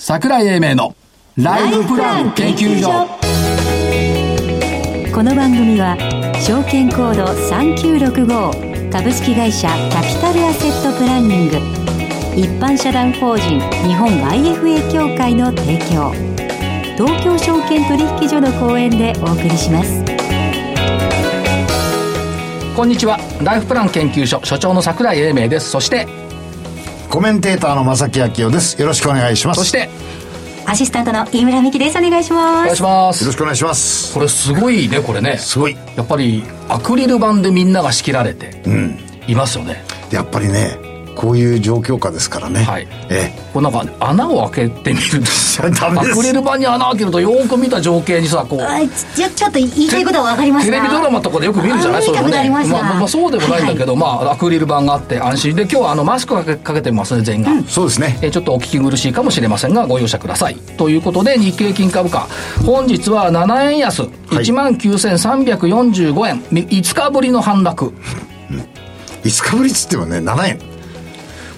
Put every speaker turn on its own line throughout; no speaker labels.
桜井英明のライフプラン研究所
この番組は証券コード3965株式会社キャピタルアセットプランニング一般社団法人日本 IFA 協会の提供東京証券取引所の講演でお送りします
こんにちはライフプラン研究所所長の桜井英明ですそして
コメンテーターの正木昭夫です。よろしくお願いします。
そして
アシスタントの飯村美希ですお願いし
お
ま
願い
す
しま
よろ
す
しくお願いします。
これすごいねこれね
すごい。
やっぱりアクリル板でみんなが仕切られていますよね、
やっぱりね、こういう状況下ですからね。
はい
え
こうなんか穴を開けてみるとさ
ダメです
アクリル板に穴開けるとよーく見た情景にさこう
あちょちょっと言いたいことは分かります
テ
が
レビドラマとかでよく見るじゃない
あ
そういうの
見たくな
ね
りますが
あまあ、そうでもないんだけど、まあアクリル板があって安心で今日はあのマスクかけかけてますね全員が、
えそうですね。
えーちょっとお聞き苦しいかもしれませんがご容赦くださいということで日経金株価本日は7円安1万9345円、み5日ぶりの反落
5日ぶりっつってもね、7円。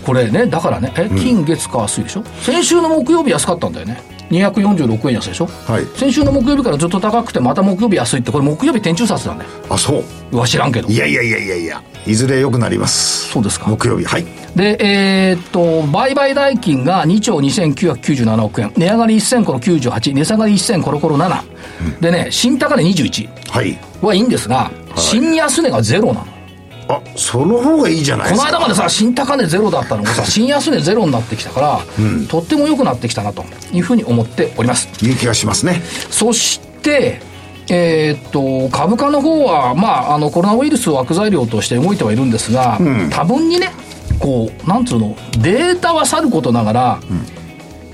これねだからねえ金月火水でしょ、先週の木曜日安かったんだよね246円安でしょ、
はい
先週の木曜日からずっと高くてまた木曜日安いってこれ木曜日天中札だね
あ、そう。
うわ知らんけど
いやいやいやいやいや。いずれ良くなります。
そうですか
木曜日。はい。
で、えーっと、売買代金が2兆2997億円、値上がり1000コロ98、値下がり1000コロコロ7、でね、新高値21
はい。
はいいんですが、新安値がゼロなの。
あ、その方がいいじゃない
こ
です
の
か。
間までさ、新高値ゼロだったのがさ、新安値ゼロになってきたから、とっても良くなってきたなというふうに思っております。
いい気がしますね。
そして、えーっと株価の方は、まあ、あのコロナウイルスを悪材料として動いてはいるんですが、多分にねこうなんつうのデータはさることながら、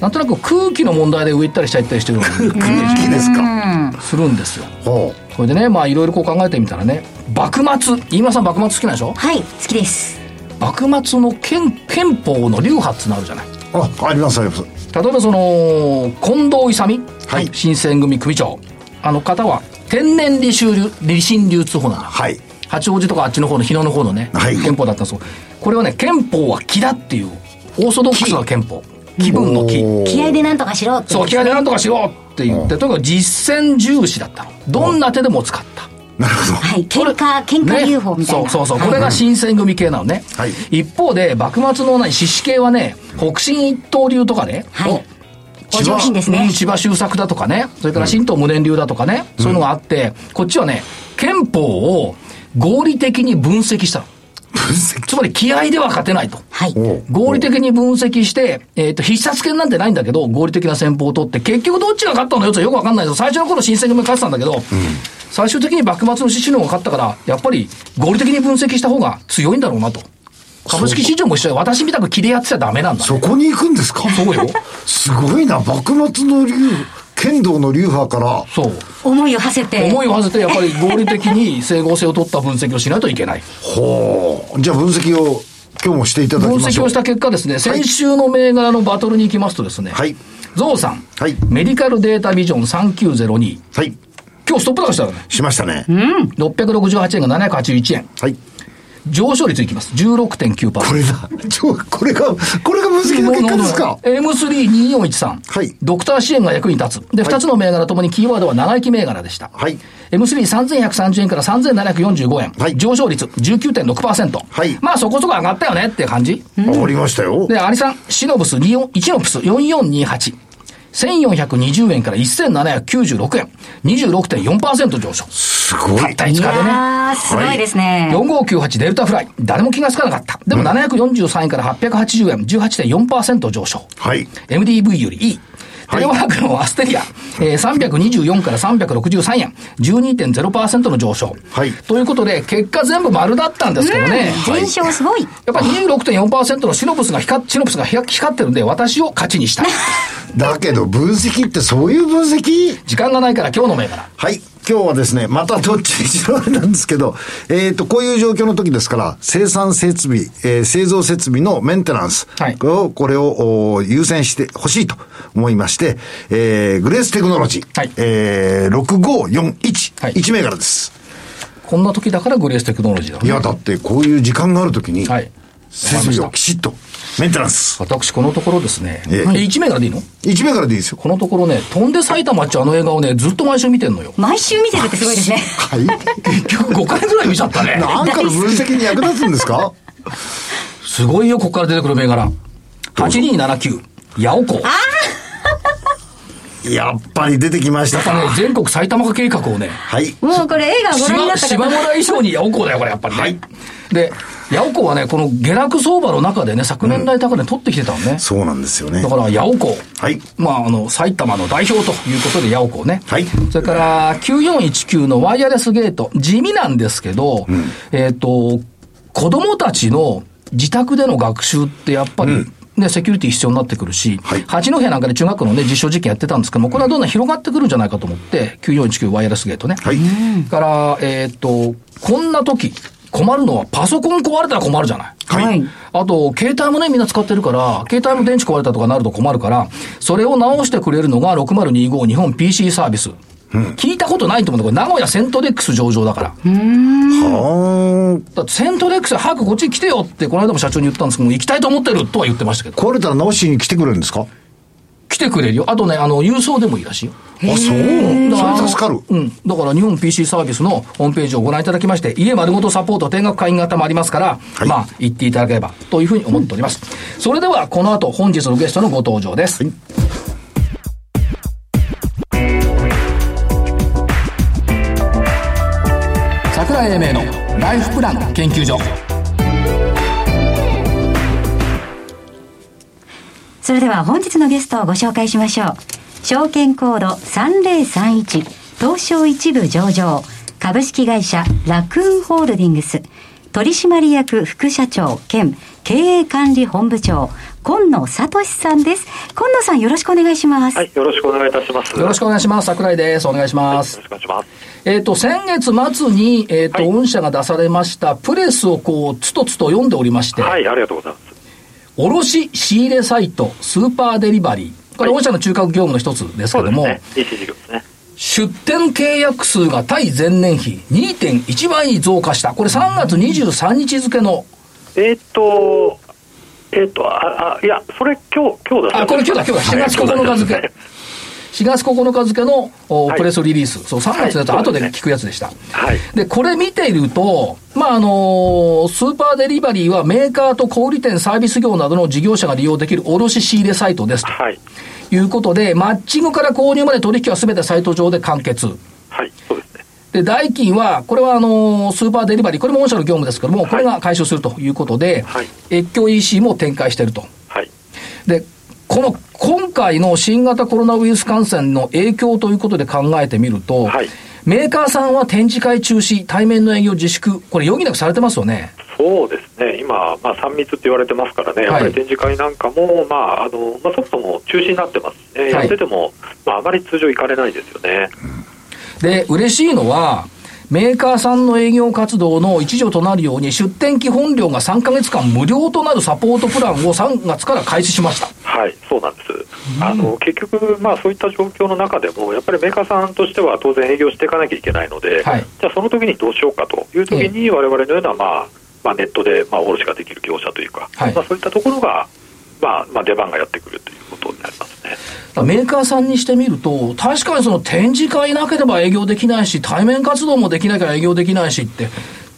なんとなく空気の問題で上行ったり下行ったりしてるよう な
空気ですか。
するんですよ。
ほ。
それでねまあいろいろこう考えてみたらね幕末飯村さん幕末好きなんでしょ
はい好きです
幕末の憲憲法の流派っつうのあるじゃないう
あ、ありますあります。
例えばその近藤勇、
はい
新選組組長あの方は天然理修流理心流通法なんだ
はい。
八王子とかあっちの方の日野の方のね、
はい
憲法だったそうこれはね憲法は気だっていうオーソドックスな憲法気分の気
おー
気合でなんとかしろって
そう気合でなんとかしろって言って、とにかく実践重視だったのどんな手でも使った、
なるほど。
はい喧嘩喧
ね
嘩 UFO みたいな、
そうそうそう、
はい
これが新選組系なのね、
はい
一方で幕末のない獅子系はね北進一刀流とかね、
はい
お
お上品ですね
うん千葉修作だとかね、それから新東無念流だとかね、そういうのがあって、こっちはね、憲法を合理的に分析したの。
分析。
つまり気合では勝てないと。
はい
おう
合理的に分析して、えっ、と、必殺剣なんてないんだけど、合理的な戦法を取って、結局どっちが勝ったのよってよくわかんないぞ。最初の頃新選組が勝ってたんだけど、最終的に幕末の獅子の方が勝ったから、やっぱり合理的に分析した方が強いんだろうなと。株式市場も一緒で、私みたく切れやってちゃダメなんだ。
そこに行くんですか
そうよ。
すごいな。幕末の竜、剣道の流派から、
そう。
思いを馳せて
思いを馳せてやっぱり合理的に整合性を取った分析をしないといけない
ほう。じゃあ分析を今日もしていただき
分
まし
析
ょう。
をした結果ですね先週の銘柄のバトルに行きますとですね、
はい
ゾウさん、
はい
メディカルデータビジョン3902
はい。
今日ストップ高したよね
しましたね。
668円が781円
はい。
上昇率いきます16.9%
これだ。ちょ、これが、これが分析の結果ですか
M32413、
はい
ドクター支援が役に立つで
はい
2つの銘柄ともにキーワードは長生き銘柄でした、
はい
M33130 円から3745円、
はい
上昇率19.6%、
はい
まあそこそこ上がったよねっていう感じ
わかりましたよ。
でアリさんシノブス24 1ノプス4428 1420円から1796円。26.4%上昇。
すごい。
たった5日
い
でね。
やーすごいですね、
4598デルタフライ。誰も気がつかなかった。でも743円から880円、18.4%上昇。
はい。
MDV よりいい。テ
はい
レワークのアステリア、えー、324から363円、12.0%の上昇。
はい
ということで、結果全部丸だったんですけどね。
全勝すごい、
やっぱり26.4%のシノブスが光っ、シノブスが光光ってるんで、私を勝ちにしたい。
だけど分析ってそういう分析
時間がないから今日の銘柄。
はい。今日はですね、またどっちにしろあれなんですけど、えっ、と、こういう状況の時ですから、生産設備、えー製造設備のメンテナンス、
はい
これを、これをおー優先してほしいと思いまして、えー、グレーステクノロジー、
はい
えー、6541、
はい
1銘柄です。
こんな時だからグレーステクノロジーだろう
い
ね
や、だってこういう時間があるときに、
はい
設備をきちっとメンテナンス
私、このところですね、
ええ
1名からでいいの
1名からでいいですよ
このところね、飛んで埼玉っちゅうあの映画をね、ずっと毎週見てんのよ。
毎週見てるってすごいですね。
はい
結局5回ぐらい見ちゃったね。
なんかの分析に役立つんです か
すごいよ、ここから出てくる銘柄。8279、八尾港。
やっぱり出てきました
やっぱね
か、
全国埼玉化計画をね、
はい
もうこれ映画ご覧にな
島
った
島。
方
村以上に八百子だよ、これ、やっぱりね。
はい
で、八百子はね、この下落相場の中でね、昨年来高値取ってきてたのね。
そうなんですよね
だから、八百子。
はい
まあ、あの、埼玉の代表ということで、八百子をね。
はい
それから、9419のワイヤレスゲート。地味なんですけど、えっ、と、子供たちの自宅での学習ってやっぱり、ね、セキュリティ必要になってくるし、
はい
八戸なんかで中学校のね、実証実験やってたんですけども、これはどんどん広がってくるんじゃないかと思って、9419ワイヤレスゲートね。
はい
から、えーっと、こんな時、困るのはパソコン壊れたら困るじゃない。
はい
あと、携帯もね、みんな使ってるから、携帯も電池壊れたとかなると困るから、それを直してくれるのが6025日本 PC サービス。聞いたことないと思うんだけど、名古屋セントデックス上場だから。
はあ
だってセントデックス早くこっちに来てよって、この間も社長に言ったんですけど、もう行きたいと思ってるとは言ってましたけど、
壊れたら直しに来てくれるんですか
来てくれるよ。あとね、あの、郵送でもいいらしいよ。
あそうそれ助かる
うん。だから日本 PC サービスのホームページをご覧いただきまして、家丸ごとサポート、定額会員型もありますから、
はい
まあ、行っていただければというふうに思っております。それでは、この後、本日のゲストのご登場です。桜井英明のライフプラン研究所。
それでは本日のゲストをご紹介しましょう。証券コード3031東証一部上場株式会社ラクーンホールディングス取締役副社長兼経営管理本部長今野聡さんです。今野さんよろしくお願いします。
はい、よろしくお願いいたします。
よろしくお願いします。桜井です。お願いします
よ。ろしくお願いします。
えっ、と、先月末に、えっ、と、
はい
御社が出されました、プレスをこう、つとつと読んでおりまして、
はい、ありがとうございます。
卸仕入れサイト、スーパーデリバリー。これ、
はい
御社の中核業務の一つですけ
そうで
ど
す
も、
ね。EC 事業ですね。
出店契約数が対前年比2.1倍に増加した。これ3月23日付の、
えーっと、えーっと、あ、あ、いや、それ今日、今日だ
あ、これ今日だ、今日だ、4月9日付。4月9日付のお
はい
プレスリリース。そう、3月のやつは
は
後
いそうで
です
ね
聞くやつでした。
はい。
で、これ見ていると、まあ、あのスーパーデリバリーはメーカーと小売店、サービス業などの事業者が利用できる卸仕入れサイトですと
はい。
いうことで、マッチングから購入まで取引は全てサイト上で完結。
はい、そうですね。
で、代金は、これはあのースーパーデリバリー、これも御社の業務ですけども、これが解消するということで、
はい
越境 EC も展開していると。
はい。
で、この、今回の新型コロナウイルス感染の影響ということで考えてみると、
はい
メーカーさんは展示会中止、対面の営業自粛、これ余儀なくされてますよね。
そうですね。今、まあ、3密って言われてますからね、やっぱ
はい
り展示会なんかも、まあ、あの、まあ、そもそも中止になってますしね。
は
や
い
ってても、まあ、あまり通常行かれないですよね。
で、嬉しいのは、メーカーさんの営業活動の一助となるように、出店基本料が3ヶ月間無料となるサポートプランを3月から開始しました。
はい、そうなんです。あの結局、まあ、そういった状況の中でも、やっぱりメーカーさんとしては当然営業していかなきゃいけないので、
はい
じゃあその時にどうしようかという時に、我々のような、まあまあ、ネットで、まあ、卸ができる業者というか、
はい
まあ、そういったところが、まあまあ、出番がやってくるということになりますね。
メーカーさんにしてみると、確かにその展示会なければ営業できないし、対面活動もできなきゃ営業できないしって、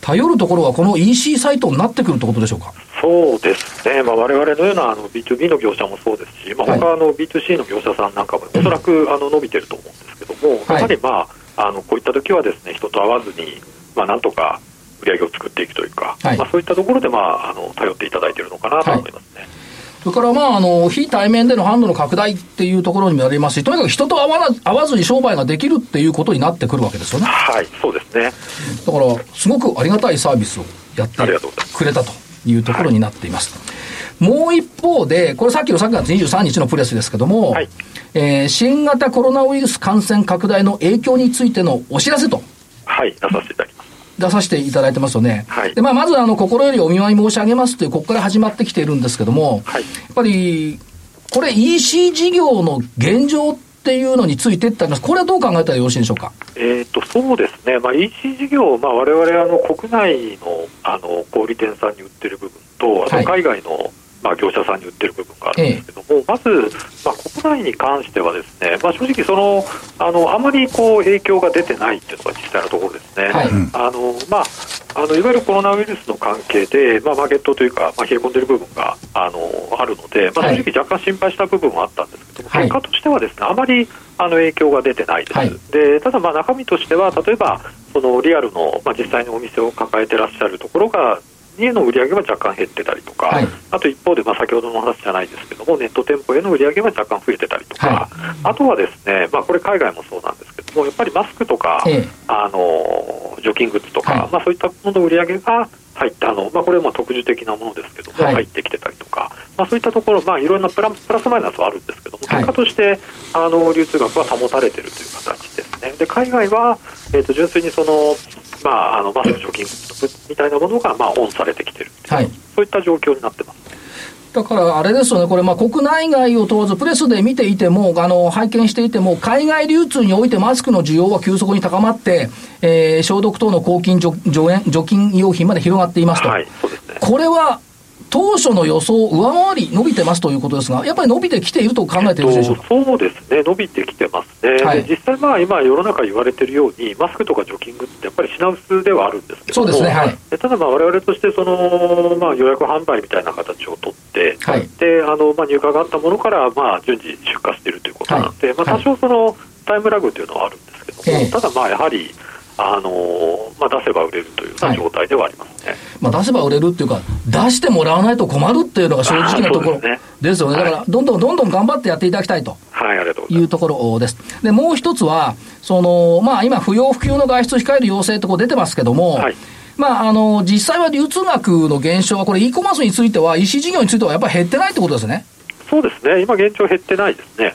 頼るところはこの EC サイトになってくるってことでしょうか。
そうですね、まあ、我々のようなあの B2B の業者もそうですし、まあ、
はい
他の B2C の業者さんなんかも、おそらくあの伸びてると思うんですけども、
はい
やはり、まあ、あのこういった時はですね人と会わずに、まあ、なんとか売り上げを作っていくというか、
はい
まあ、そういったところで、まあ、あの頼っていただいているのかなと思いますね。
それからまあ、あの、非対面での販路の拡大っていうところにもなりますし、とにかく人と会わな会わずに商売ができるっていうことになってくるわけですよね。
はい、そうですね。
だから、すごくありがたいサービスをやって
ありがとうございます
くれたというところになっています。もう一方で、これさっきの3月23日のプレスですけども、
はい
えー新型コロナウイルス感染拡大の影響についてのお知らせと
はい、出させていただきます。
出させていただいてますよね。
はい
でまあ、まずあの心よりお見舞い申し上げますという、ここから始まってきているんですけども、
はい
やっぱり、これ EC 事業の現状っていうのについてってあります。これはどう考えたらよろしいでしょうか。
えー、とそうですね、まあ、EC 事業、まあ、我々あの国内のあの小売店さんに売ってる部分と、あ
は
と
い
海外の、まあ、業者さんに売ってる部分があるんですけども、まず、まあ、国内に関してはですね、まあ、正直そのあの、あまりこう影響が出てないっていうのが実際のところですね、
はいうん
あのまあ、あのいわゆるコロナウイルスの関係で、まあ、マーケットというか、まあ、冷え込んでる部分があのあるので、まあ、
はい
正直、若干心配した部分はあったんですけども、
はい
結果としてはですね、あまりあの影響が出てないです。
はい
でただ、まあ中身としては、例えばそのリアルの、まあ、実際のお店を抱えてらっしゃるところが、への売り上げは若干減ってたりとか、
はい
あと一方で、まあ、先ほどのお話じゃないですけども、ネット店舗への売り上げは若干増えてたりとか、
は
あとはですね、まあ、これ、海外もそうなんですけども、やっぱりマスクとか、
ええ
あの除菌グッズとか、
はい
まあ、そういったものの売り上げが入ったあの、まあ、これも特殊的なものですけども、
はい
入ってきてたりとか、まあ、そういったところ、まあ、いろんなプラプラスマイナスはあるんですけども、
はい
結果としてあの流通額は保たれてるという形ですね。で海外は、えー、と純粋にそのまあ、あのマスク除菌グッズみたいなものが、まあ、オンされてきてるっていう、
はい
そういった状況になってます。
だからあれですよね、これ、まあ、国内外を問わず、プレスで見ていても、あの拝見していても、海外流通においてマスクの需要は急速に高まって、えー消毒等の抗菌除除炎除菌用品まで広がっていますと、
はい、そうですね
これは当初の予想を上回り伸びてますということですが、やっぱり伸びてきていると考えてよろしいでしょうか。
そうですね、伸びてきてますね、
はい
で実際、まあ今、世の中言われてるように、マスクとか除菌グッズって、やっぱり品薄ではあるんですけども
そうですねはい
でただ、われわれとしてその、まあ、予約販売みたいな形を取って、
はい
であのまあ、入荷があったものから、まあ、順次出荷しているということなので、
はい
まあ、
はい
多少その、タイムラグというのはあるんですけど
え
も、
え
ただ、まあやはり、あのまあ、出せば売れるというよう
は
ない状態ではありますね。
まあ、出せば売れるっていうか、出してもらわないと困るっていうのが正直なとこ
あーそ
ろ
うですね
ですよね。だから、どんどんどんどん頑張ってやっていただきたいと。
はい、ありがとうございます
いうところです。で、もう一つは、その、まあ今、不要不急の外出を控える要請とこう出てますけども、
はい
まああの、実際は流通額の減少は、これ e コマースについては、EC 事業についてはやっぱり減ってないってことですね。
そうですね、今、現状減ってないですね。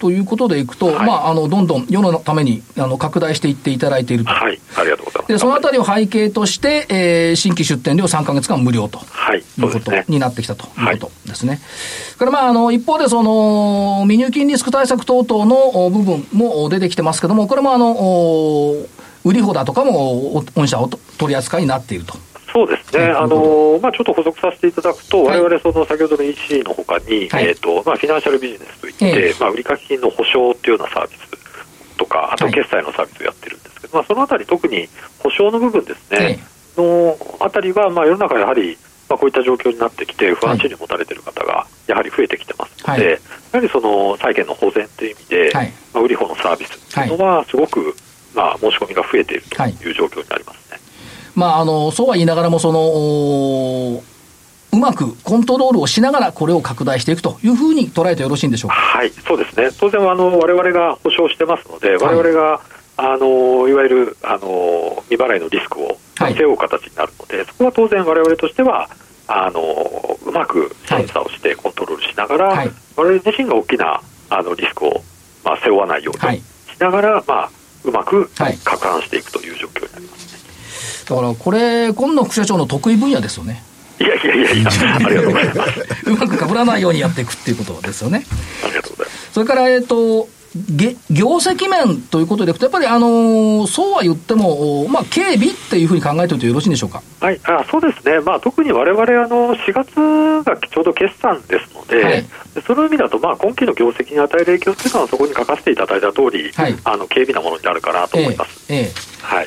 ということでいくと、
はい
まああの、どんどん世のために、あの、拡大していっていただいていると。
はい、ありがとうございます。
で、そのあたりを背景として、えー新規出店料3ヶ月間無料と。
はい、
い
そうう
こ
です
と
ね。
になってきたということですね。それからまあ、あの、一方で、その、未入金リスク対策等々のお部分もお出てきてますけども、これもあの、お売り方だとかも、お御社をと取り扱いになっていると。
そうですね、
うん
あのまあ、ちょっと補足させていただくと、
はい
我々その先ほどの EC のほかに、
はい
えーとまあ、フィナンシャルビジネスといって、
ええ
まあ、売掛金の保証というようなサービスとか、あと
はい
決済のサービスをやってるんですけど、まあ、そのあたり、特に保証の部分です
え
ね、のあたりは、まあ、世の中やはり、まあ、こういった状況になってきて、不安視に持たれている方がやはり増えてきてますので、
はい
やはりその債券の保全という意味で、
はい
まあ、売り方のサービスというのは、すごく、まあ、申し込みが増えているという状況になりますね。
まあ、あの、そうは言いながらも、その、おうまくコントロールをしながら、これを拡大していくというふうに捉えてよろしいんでしょうか。
はい、そうですね。当然あの我々が保証してますので、
はい
我々が、あのいわゆるあの未払いのリスクを
はい
背負う形になるので、そこは当然我々としてはあのうまく審査をしてコントロールしながら、
はい
我々自身が大きなあのリスクをまあ背負わないよう
は
に
い
しながら、まあうまく
はい
攪拌していくという状況になります。
だから、これ、今野副社長の得意分野ですよね。
いやいやい やいや、ありがとうございます。
うまく被らないようにやっていくっていうことですよね。
ありがとうございます。
それから、えっ、と、げ業績面ということでいくと、やっぱり、あのーそうは言っても、おまあ、警備っていうふうに考えておいてよろしいんでしょうか。
はい、あそうですね、まあ、特に我々あの4月がちょうど決算ですので、
はい
その意味だと、まあ、今期の業績に与える影響というのは、そこに書かせていただいた通り、
はい
あの軽微なものになるかなと思います。
ええええ
はい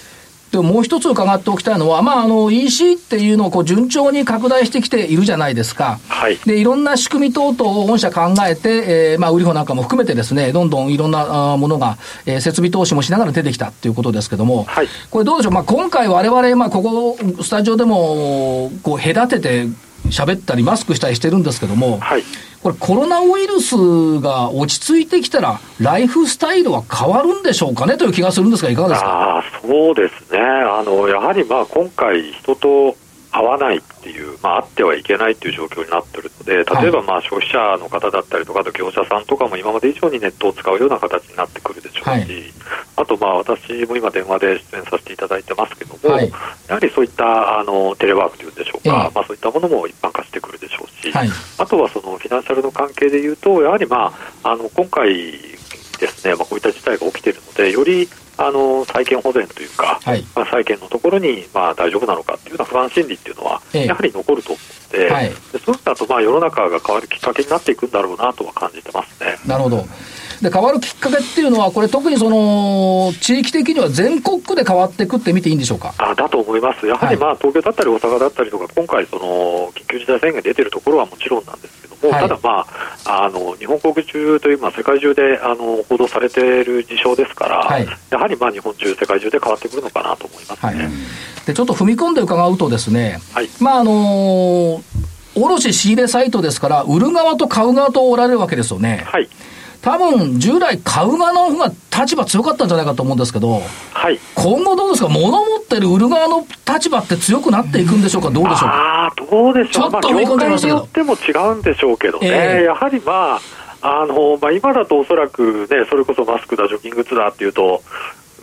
でももう一つ伺っておきたいのは、まあ、あの EC っていうのをこう順調に拡大してきているじゃないですか、
はい
でいろんな仕組み等々を御社考えて、えーまあ、売り方なんかも含めて、ですねどんどんいろんなあーものが、えー設備投資もしながら出てきたということですけども、
はい
これ、どうでしょう、まあ、今回、我々まあここ、スタジオでもこう隔てて喋ったり、マスクしたりしてるんですけども、
はい
これ、コロナウイルスが落ち着いてきたら、ライフスタイルは変わるんでしょうかねという気がするんですが、いかがですか。
あーそうですね、あのやはりまあ今回、人と会わないっていう、まあ、会ってはいけないっていう状況になってるので、例えばまあ消費者の方だったりとか、あと業者さんとかも今まで以上にネットを使うような形になってくるでしょうし、
はい
あとまあ私も今、電話で出演させていただいてますけども、
はい
やはりそういったあのテレワークというんでしょう
え
か、
え
まあ、そういったものも一般化してくるでしょうし。
はい
あとはそのフィナンシャルの関係でいうと、やはり、まあ、あの今回、ですね、まあ、こういった事態が起きているので、よりあの債権保全というか、
はい
まあ、債権のところに、まあ、大丈夫なのかっていうような不安心理っていうのは、
ええ
やはり残ると思うので、
はい
でそうしたとまあ世の中が変わるきっかけになっていくんだろうなとは感じてますね。
なるほど。で、変わるきっかけっていうのは、これ特にその、地域的には全国区で変わっていくって見ていいんでしょうか
あだと思います、やはり、まあ東京だったり大阪だったりとか、今回、その緊急事態宣言出てるところはもちろんなんですけども、
はい
ただ、まあ、あの日本国中という、まあ、世界中であの報道されている事象ですから、
はい
やはり、まあ、日本中、世界中で変わってくるのかなと思います
はい
ね。。
で、ちょっと踏み込んで伺うとですね、
はい
まあ、あのー卸仕入れサイトですから、売る側と買う側とおられるわけですよね。
はい、
多分、従来買う側の方が立場強かったんじゃないかと思うんですけど、
はい
今後どうですか物持ってる売る側の立場って強くなっていくんでしょうかどうでしょうか
ああー、どうでしょう、
ちょっと
まあ、
追い込
業
んじゃいま
界
した
に
けど
よっても違うんでしょうけどね、
ええ
やはりまあ、あのまあ、今だとおそらくね、それこそマスクだ、ジョギングツだっていうと、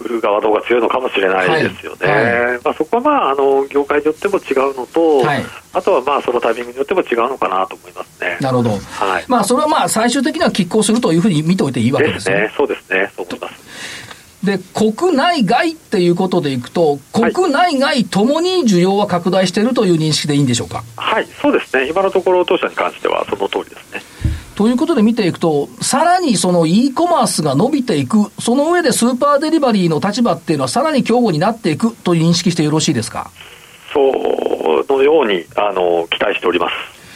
売る側の方が強いのかもしれないですよね、
はい
まあ、そこはまああの業界によっても違うのと、
はい
あとはまあそのタイミングによっても違うのかなと思いますね。
なるほど。
はい
まあ、それはまあ、最終的には拮抗するというふうに見ておいていいわけ
で
です
す
よね。
ね、そうですね、そう思います。
で、国内外っていうことでいくと、
はい
国内外ともに需要は拡大しているという認識でいいんでしょうか。
はい、そうですね、今のところ、当社に関してはその通りですね。
ということで見ていくと、さらにその e コマースが伸びていく、その上でスーパーデリバリーの立場っていうのはさらに強固になっていくという認識してよろしいですか。
そうのようにあの期待しております。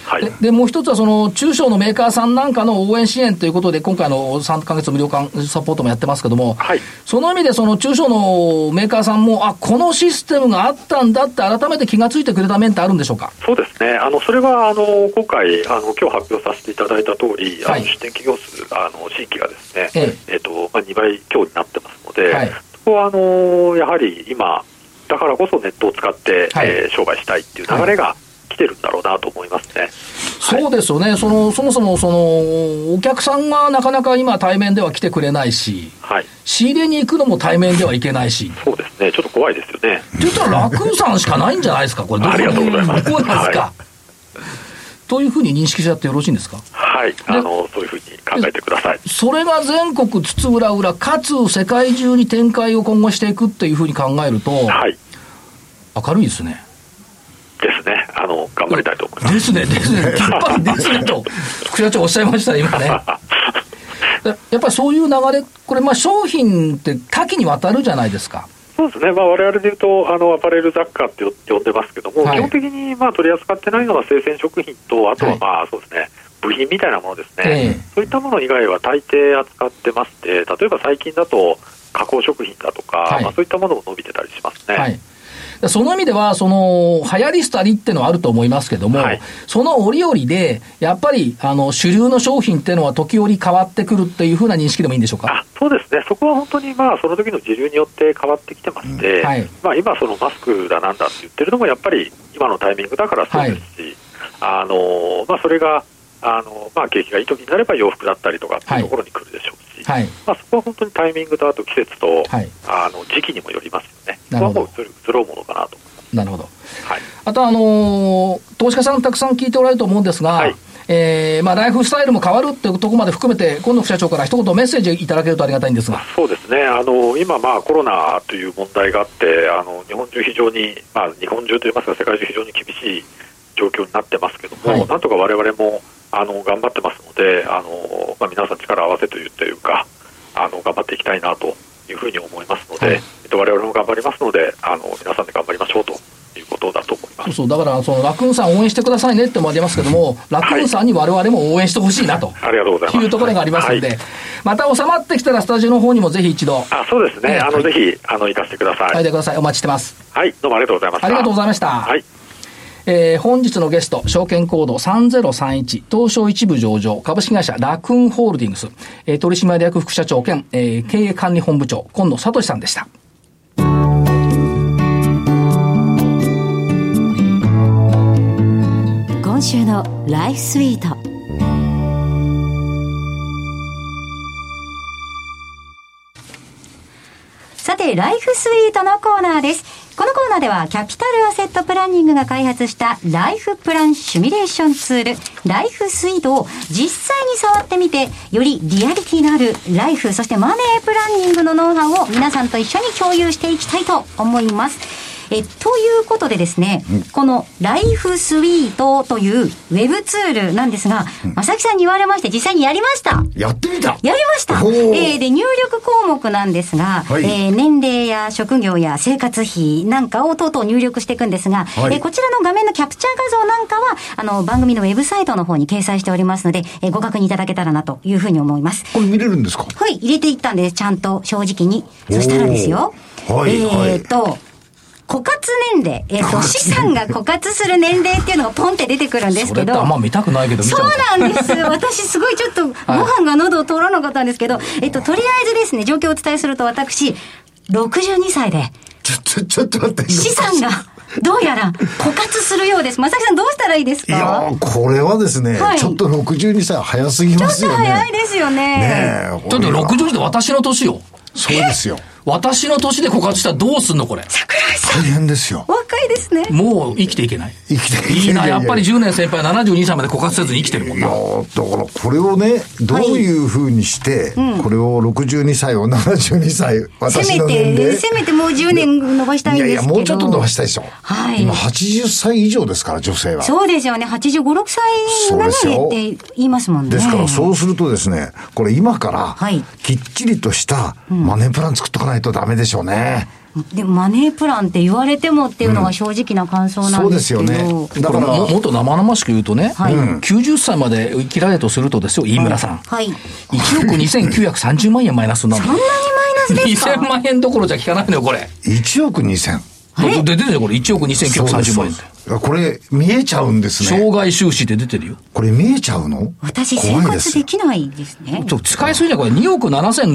はい
で、でもう一つは、その中小のメーカーさんなんかの応援支援ということで、今回の3ヶ月無料間サポートもやってますけども、
はい
その意味で、その中小のメーカーさんも、あこのシステムがあったんだって、改めて気がついてくれた面ってあるんでしょうか。
そうですね、あのそれはあの今回あの、今日発表させていただいた通り、
はい
あの出店企業数、あの新規がですね、
え
えっとまあ、2倍強になってますので、
はい
そこはあのやはり今、だからこそネットを使って、
はい
えー商売したいっていう流れが来てるんだろうなと思いますね。
そうですよね、そのそもそもそのお客さんがなかなか今、対面では来てくれないし、
はい、
仕入れに行くのも対面では行けないし、って
そうですね、ちょっと怖いですよね。
言ったら、楽さんしかないんじゃないですか、これ、どこ
ありがとうございます
どこなんですか。
は
というふうに認識しちゃってよろしいんですか
はい、あのそういうふうに考えてください。
それが全国津々浦々、かつ世界中に展開を今後していくっていうふうに考えると、
はい
明るいですね。
ですね、あの頑張りたいと思います。
ですね、です ね、きっぱりですねと、副社長おっしゃいましたね、今ね。ややっぱりそういう流れ、これ、まあ商品って多岐にわたるじゃないですか。
そうですね、まあ、我々でいうとあのアパレル雑貨ってよ呼んでますけども、
はい
基本的にまあ取り扱ってないのは生鮮食品と、あと
は
はいまあ、そうですね、部品みたいなものですね、
ええ
そういったもの以外は大抵扱ってまして、例えば最近だと加工食品だとか、
はい
まあ、そういったものも伸びてたりしますね。
はい。その意味では、その、流行り廃りってのはあると思いますけども、
はい
その折々で、やっぱり、あの、主流の商品っていうのは時折変わってくるっていうふうな認識でもいいんでしょうか
あそうですね、そこは本当に、まあ、その時の時流によって変わってきてまして、
うんはい
まあ、今、そのマスクだなんだって言ってるのも、やっぱり今のタイミングだからそうですし、あのまあ、それが、あのまあ、景気がいい時になれば洋服だったりとかっていうところに来るでしょうし、
はい。
まあ、そこは本当にタイミングとあと季節と、
はい
あの時期にもよりますよね、
なるほど
そこはもう移る移ろうものかなと。
なるほど。
はい
あとあのー投資家さんたくさん聞いておられると思うんですが、
はい
えーまあ、ライフスタイルも変わるっていうところまで含めて、今野副社長から一言メッセージいただけるとありがたいんですが。
そうですね、あの今、まあ、コロナという問題があって、あの日本中、非常に、まあ、日本中といいますか、世界中、非常に厳しい状況になってますけども、
はい
なんとか我々もあの頑張ってますので、あのまあ、皆さん、力を合わせというというかあの、頑張っていきたいなというふうに思いますので、
はい
えっと、我々も頑張りますのであの、皆さんで頑張りましょうということだと思いま
そう
す。
そう、だから、その、ラクーンさん応援してくださいねってもありますけども、ラクーンさんに我々も応援してほしいなと。
ありがとうございます。
いうところがありますので、
はい
また収まってきたらスタジオの方にもぜひ一度、
あそうですね、あ
は
の
い
ぜひあの行かせてくださ
おい
い。
でください。お待ちしてます。
はい、どうもありがとうございました。
ありがとうございました。
はい
えー本日のゲスト、証券コード3031、東証一部上場、株式会社ラクーンホールディングス、えー取締役副社長兼、えー経営管理本部長、今野聡さんでした。
今週のライフスイート
さて、ライフスイートのコーナーです。このコーナーではキャピタルアセットプランニングが開発したライフプランシミュレーションツールライフスイートを実際に触ってみてよりリアリティのあるライフそしてマネープランニングのノウハウを皆さんと一緒に共有していきたいと思います。えということでですね、このライフスイートというウェブツールなんですが、正木さんに言われまして実際にやりました。
やってみた
やりました、
おー
えーで入力項目なんですが、
はい
えー年齢や職業や生活費なんかをとうとう入力していくんですが、
はい
えーこちらの画面のキャプチャー画像なんかはあの番組のウェブサイトの方に掲載しておりますので、えーご確認いただけたらなというふうに思います。
これ見れるんですか
はい、入れていったんです、ちゃんと正直に。そしたらですよ。
おーはいはい
えっ、と、枯渇年齢、えっ、と、資産が枯渇する年齢っていうのがポンって出てくるんです
それ
け
って
ど。
あんま見たくないけど見ちゃ
そううん
だ
なんです。私、すごいちょっ と、ご飯が喉を通らなかったんですけど、えっと、とりあえずですね、状況をお伝えすると、私、62歳で、
ちょ、ちょ、ちょっと待って。
資産が、どうやら枯渇するようです。まさきさん、どうしたらいいです
いや
か
ー、これはですね、
はい
ちょっと62歳早すぎ
ちょ
ま
っ
す
と
よね。
早いですよね。
ねえ。
って
俺は
60って私の年よ。
そうですよ。
私の年で枯渇したらどうすんのこれ。
桜井さん、
大変ですよ。
お若いですね。
もう生きていけない。
生きていけない
いな、やっぱり10年先輩72歳まで枯渇せずに生きてるもん
いや
な。
ーだからこれをねどういうふうにして、これを62歳を72歳
せ
私
め
の年
て、
齢
せめてもう10年伸ばしたいん
い
です
や
けど。
いやもうちょっと伸ばしたいでしょ、
はい
今80歳以上ですから女性は
そうですよね。85、6歳
そう
な
です
の
よ
にって言いますもんね。
ですからそうするとですねこれ今から
はい
きっちりとしたマネープラン作っとかないとダメでしょうね、
でもマネープランって言われてもっていうのが正直な感想な
そ
ん
う
で
ですす
けど、
よねだから
ももっと生々しく言うとね、
はい
うん90歳まで生きられるとするとですよ、飯村さん。
はい。
1億2930万円マイナスになる
そんな
の
に。マイナスです
2000
か
万円どころじゃ効かないのよ、これ。
1億2000
で出てるよ、これ。1億
そうです
2930万円。
これ見えちゃうんですね
障害収支って出てるよ。
これ見えちゃうの
私生
怖いで
活
す
で
よ
きないですね。
ちょ使いすぎじゃんこれ2億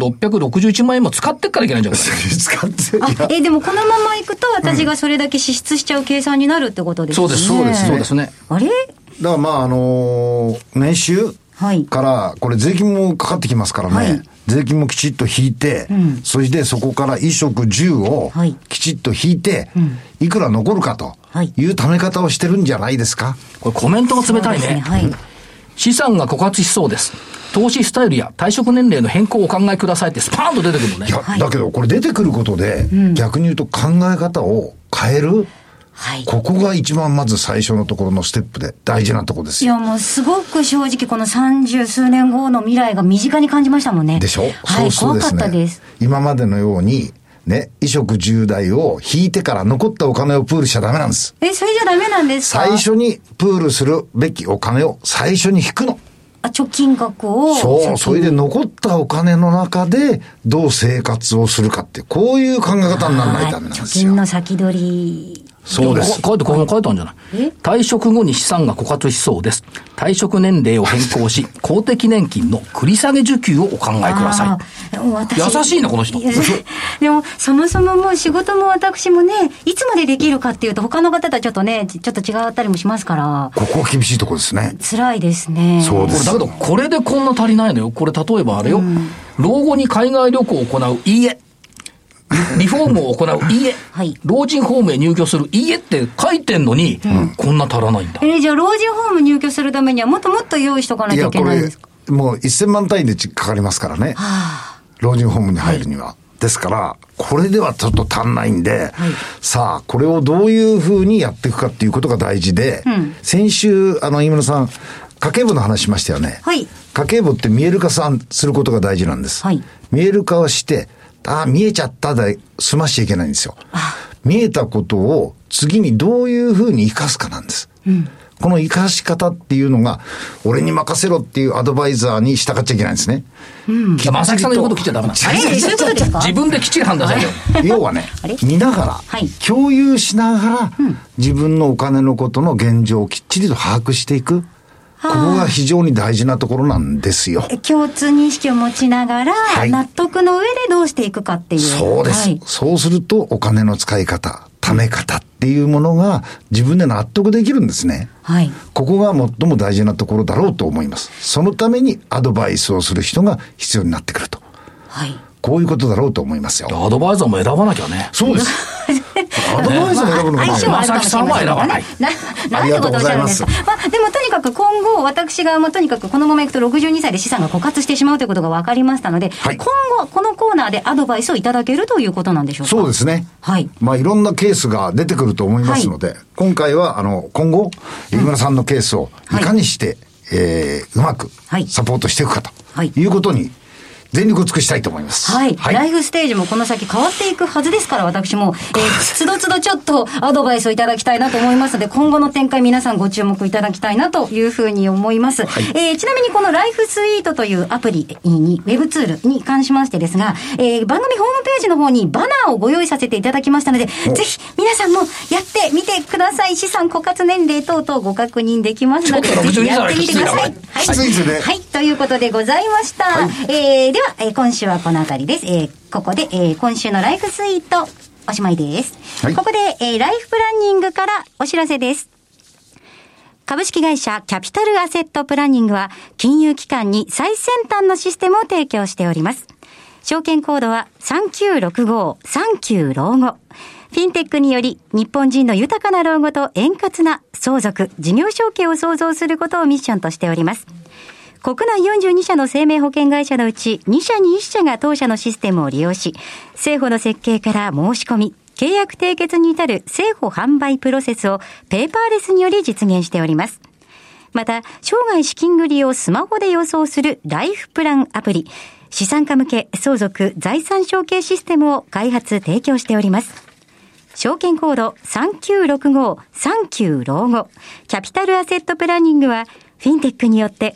7661万円も使ってっからいけないんじゃんこれ
使っていや
あ、えでもこのまま行くと私がそれだけ支出しちゃう計算になるってことです ね。
そうですそうですそうですね
あれ
だからまああのー年収
はい
からこれ税金もかかってきますからね、
はい
税金もきちっと引いて、
ん
そしてそこから衣食住を
はい
きちっと引いて、い、くら残るかと
はい
いうため方をしてるんじゃないですか、
これコメントが冷たい
そうです
ね
はい。
資産が枯渇しそうです投資スタイルや退職年齢の変更をお考えくださいってスパーンと出てくるのね
い、や、だけどこれ出てくることで、逆に言うと考え方を変える
はい。
ここが一番まず最初のところのステップで大事なところです
い
よ
やもうすごく正直この三十数年後の未来が身近に感じましたもんね。
でしょ、
はい、
そう
怖か
する
っ
と
た
で
ですす
ね。今までのようにね衣食住代を引いてから残ったお金をプールしちゃダメなんです
え、それじゃダメなんですか
最初にプールするべきお金を最初に引くの
あ、貯金額を。
そうそれで
の。
残ったお金の中でどう生活をするかってこういう考え方にならないとダメなん
貯
ですよ
金の先取り。
そうです
ここうやってこう書いたんじゃない
え
退職後に資産が枯渇しそうです退職年齢を変更し公的年金の繰り下げ受給をお考えください
あー私
優しいなこの人
や でも、そもそももう仕事も私もね、いつまでできるかっていうと、他の方とはちょっとね、ちちょっと違ったりもしますから、
ここ厳しいとこですね
辛いですね。
そ
こ
うで
れ
す
だけどこれでこんな足りないのよこれ例えばあれよ、老後に海外旅行を行う家リフォームを行う家、
はい
老人ホームへ入居する家って書いてんのに、こんな足らないんだ
えーじゃあ、老人ホーム入居するためには、もっともっと用意しとかないきゃ
や
いけ
こ
ないん
れ
ですか
もう1000万単位でかかりますからね老人ホームに入るには。ですから、これではちょっと足んないんで、さあ、これをどういうふうにやっていくかっていうことが大事で、先週、あの、飯村さん、家計簿の話しましたよね。
はい
家計簿って見える化さんすることが大事なんです。
はい
見える化をして、ああ、見えちゃったで済ましちゃいけないんですよ。見えたことを次にどういうふうに生かすかなんです。この生かし方っていうのが、俺に任せろっていうアドバイザーに従っちゃいけないんですね。きっちりと
いや正木さんの言うこと聞いちゃダメなんです
あれそういうことですか
自分できっちり判断しなきゃいけない
要はね
あれ、
見なが
は
ら
い、
共有しながら、自分のお金のことの現状をきっちりと把握していく。ここが非常に大事なところなんですよ。
共通認識を持ちながら、
い
納得の上でどうしていくかっていう。
そうです、
はい
そうするとお金の使い方、貯め方っていうものが自分で納得できるんですね。
はい。
ここが最も大事なところだろうと思います。そのためにアドバイスをする人が必要になってくると。
はい。
こういうことだろうと思いますよ。
アドバイザーも選ばなきゃね
そうです。アドバイザー選ぶのかな
まあ相性はあるかもしれませんからね。な、なんてことをおっしゃるんですか。
あり
まあ、でもとにかく今後、私が、まあ、とにかくこのままいくと62歳で資産が枯渇してしまうということが分かりましたので、
はい
今後、このコーナーでアドバイスをいただけるということなんでしょうか。
そうですね。
はい
まあ、いろんなケースが出てくると思いますので、今回は、あの、今後、井村さんのケースをい
はい
かにして、えーうまく
はい
サポートしていくかと
はい
いうことに、全力を尽くしたいと思います。
はい、ラ
は
イ
い。
フステージもこの先変わっていくはずですから、私も、えー、つどつどちょっとアドバイスをいただきたいなと思いますので、今後の展開皆さんご注目いただきたいなというふうに思います。えーちなみにこのライフスイートというアプリに、ウェブツールに関しましてですが、えー番組ホームページの方にバナーをご用意させていただきましたので、ぜひ皆さんもやってみてください。資産枯渇年齢等々ご確認できますので、
ちょっ
ぜ
と
ひやってみてくださ
62。
いはい
きついですね
はい、ということでございました。えーでは、えー今週はこのあたりです。えーここで、えー今週のライフスイート、おしまいです。
はい
ここで、えーライフプランニングからお知らせです。株式会社キャピタルアセットプランニングは金融機関に最先端のシステムを提供しております。証券コードは3965、39老後。フィンテックにより日本人の豊かな老後と円滑な相続、事業承継を創造することをミッションとしております。国内42社の生命保険会社のうち2社に1社が当社のシステムを利用し、政府の設計から申し込み、契約締結に至る政府販売プロセスをペーパーレスにより実現しております。また、生涯資金繰りをスマホで予想するライフプランアプリ、資産家向け相続財産承継システムを開発提供しております。証券コード3965、39老後。キャピタルアセットプランニングは、フィンテックによって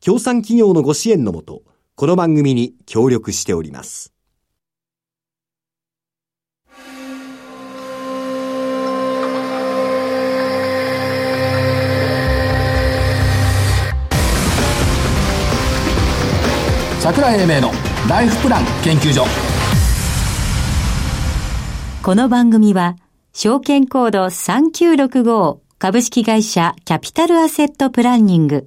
協賛企業のご支援のもと、この番組に協力しております。
桜井英明のライフプラン研究所
この番組は、証券コード3965株式会社キャピタルアセットプランニング、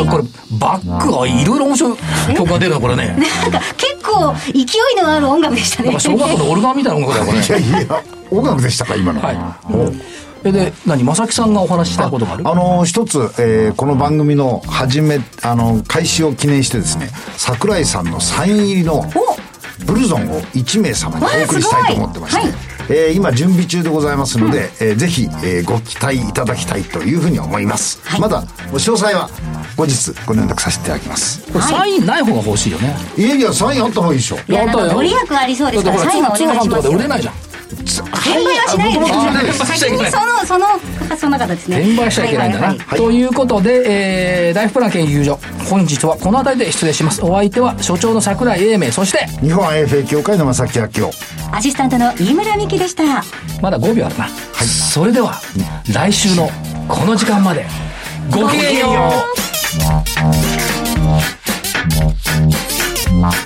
んかこれバックがいろいろ面白い曲が出るなこれね
結構勢いのある音楽でした
なん
ね
か。小学校のオルガンみたいな音楽だよこれ
いやいや、音楽でしたか、今の。
はい
お
えで何正木さんがお話ししたいことがある
あの一つ、えーこの番組の始めあの開始を記念してですね桜井さんのサイン入りのブルゾンを1名様にお送りしたいと思ってまして、
わあ
えー今準備中でございますので、えーぜひ、えーご期待いただきたいというふうに思います、まだ詳細は後日ご連絡させていただきます
これサインない方が欲しいよね
いやいやサインあった方がいいでしょ
いや、なん
やった
か
よ
ご利益ありそうですから、
だって
最後お
ほら通販とか
願いします
で
よ。
売れないじゃん
転売はしないで
あ元々売れない
す
です
先にその、その、発想の中ですね。
転売しちゃいけないんだな、
ははは
ということで、えー、ライフプラン研究所本日はこの辺りで失礼しますお相手は所長の桜井英明そして
日本 AFA 協会の正木明夫
アシスタントの飯村美樹でした。
まだ5秒あるな、それでは来週のこの時間までごきげんよう